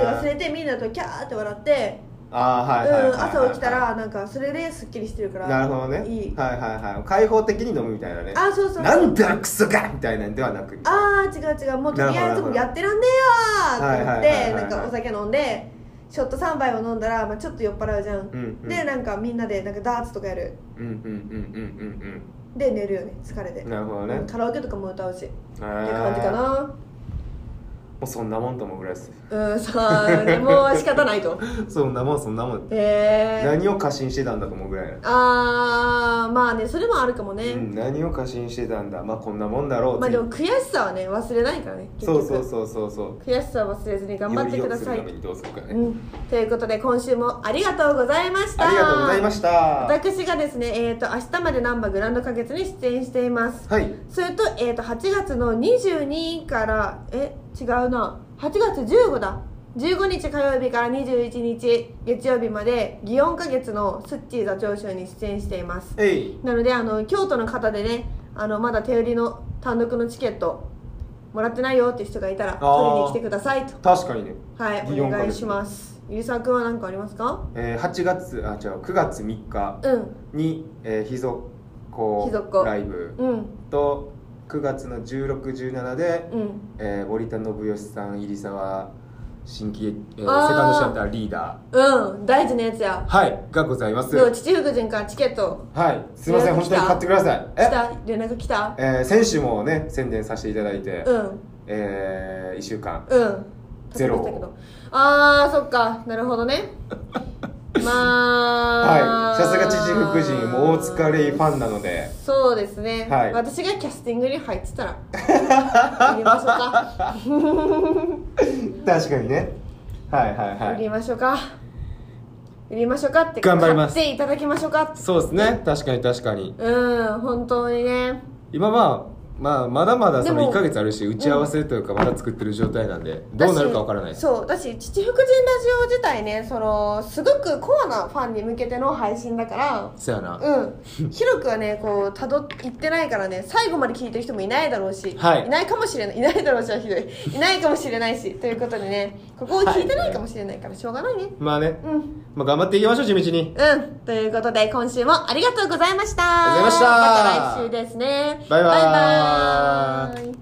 Speaker 1: ジ
Speaker 2: あ
Speaker 1: 忘れてみんなとキャーって笑って
Speaker 2: あー
Speaker 1: う
Speaker 2: はいはいはい
Speaker 1: ん
Speaker 2: はい
Speaker 1: 朝起きたらなんかそれですっきりしてるから
Speaker 2: なるほどね
Speaker 1: いい
Speaker 2: はいはいはい開放的に飲むみたいなね
Speaker 1: あそうそうそう
Speaker 2: なんだクソがみたいなんではなく
Speaker 1: あー違う違うもうとりあえずもうやってらんねえよーって
Speaker 2: はいはいはいはい
Speaker 1: 思ってなんかお酒飲んでショット3杯を飲んだら、まあ、ちょっと酔っ払うじゃん、
Speaker 2: うんうん
Speaker 1: でなんかみんなでなんかダーツとかやる
Speaker 2: うんうんうんうん
Speaker 1: で寝るよね疲れて
Speaker 2: うんうんなるほどね
Speaker 1: カラオケとかも歌うしって
Speaker 2: あ
Speaker 1: 感じか
Speaker 2: も
Speaker 1: な
Speaker 2: うそんなもんと思うぐらいです
Speaker 1: うんさあでも仕方ないと
Speaker 2: そんなもんそんなもん
Speaker 1: へえー、
Speaker 2: 何を過信してたんだと思うぐらいな
Speaker 1: あーまあねそれもあるかもね、
Speaker 2: うん何を過信してたんだまあこんなもんだろう
Speaker 1: まあでも悔しさはね忘れないからね結
Speaker 2: そ
Speaker 1: 局
Speaker 2: うそうそうそうそう
Speaker 1: 悔しさは忘れずに頑張ってください
Speaker 2: より良くするためにどうするかね
Speaker 1: うん、ということで今週もありがとうございました
Speaker 2: ありがとうございました
Speaker 1: 私がですね、えー、と明日まで難波グランド花月に出演しています
Speaker 2: はい
Speaker 1: それと,、えー、と8月の22からえ違うな8月15だ15日火曜日から21日月曜日まで祇園花月のスッチー座長州に出演しています
Speaker 2: えい
Speaker 1: なのであの京都の方でねあのまだ手売りの単独のチケットもらってないよって人がいたら
Speaker 2: あー
Speaker 1: 取りに来てくださいと
Speaker 2: 確かにね、
Speaker 1: はい
Speaker 2: 祇園
Speaker 1: お
Speaker 2: 花
Speaker 1: 願い
Speaker 2: 月
Speaker 1: しますゆりさくんは何かありますか
Speaker 2: えー、8月あ違う9月3日
Speaker 1: うん
Speaker 2: に、えー、秘蔵
Speaker 1: 秘蔵っ子
Speaker 2: ライブ
Speaker 1: うん
Speaker 2: と9月の1617で、
Speaker 1: うん
Speaker 2: えー、森田信義さん入澤新規、えー、セ
Speaker 1: あー
Speaker 2: カンドシアターリーダ
Speaker 1: うん大事なやつや
Speaker 2: ーはいがございます
Speaker 1: どう
Speaker 2: は
Speaker 1: 父福神からチケット
Speaker 2: いすいませ
Speaker 1: 連
Speaker 2: ん
Speaker 1: 絡来
Speaker 2: 本当
Speaker 1: た
Speaker 2: に買ってください
Speaker 1: 来
Speaker 2: え
Speaker 1: た連絡来た
Speaker 2: えー、先週もね宣伝させていただいて、
Speaker 1: うん
Speaker 2: えー、1週間
Speaker 1: うん
Speaker 2: ゼロ
Speaker 1: 助けてたけどあーそっかなるほど ねまあ
Speaker 2: はいさすが父福神もう大塚レイファンなので
Speaker 1: そうですね、
Speaker 2: はい
Speaker 1: 私がキャスティングに入ってた ら入れましょうか
Speaker 2: 確かにねはいはいは
Speaker 1: 入
Speaker 2: い
Speaker 1: れましょうか入れましょうかって
Speaker 2: 頑張ります
Speaker 1: 買っていただきましょうか
Speaker 2: そうですね確かに確かに
Speaker 1: うん本当にね
Speaker 2: 今まあ、まあ、まだまだそ
Speaker 1: で
Speaker 2: の
Speaker 1: も
Speaker 2: 1か月あるし打ち合わせというかまだ作ってる状態なんでどうなるかわからない
Speaker 1: だ
Speaker 2: で
Speaker 1: し
Speaker 2: す
Speaker 1: そうだし父福神ラジオ自体ねそのすごくコアなファンに向けての配信だから
Speaker 2: そやな、
Speaker 1: うん、広くはねこうたどいってないからね最後まで聞いてる人もいないだろうし、
Speaker 2: はい
Speaker 1: ないかもしれないいないだろうしはひどいいないかもしれないしということでねここを聞いてないかもしれないからしょうがないね、
Speaker 2: まあね、
Speaker 1: うん
Speaker 2: まあ、頑張っていきましょう地道に
Speaker 1: うん。ということで、今週もありがとうございました。
Speaker 2: ありが
Speaker 1: また来
Speaker 2: とうございました
Speaker 1: 週ですね。
Speaker 2: バイバーイ
Speaker 1: バイバーイ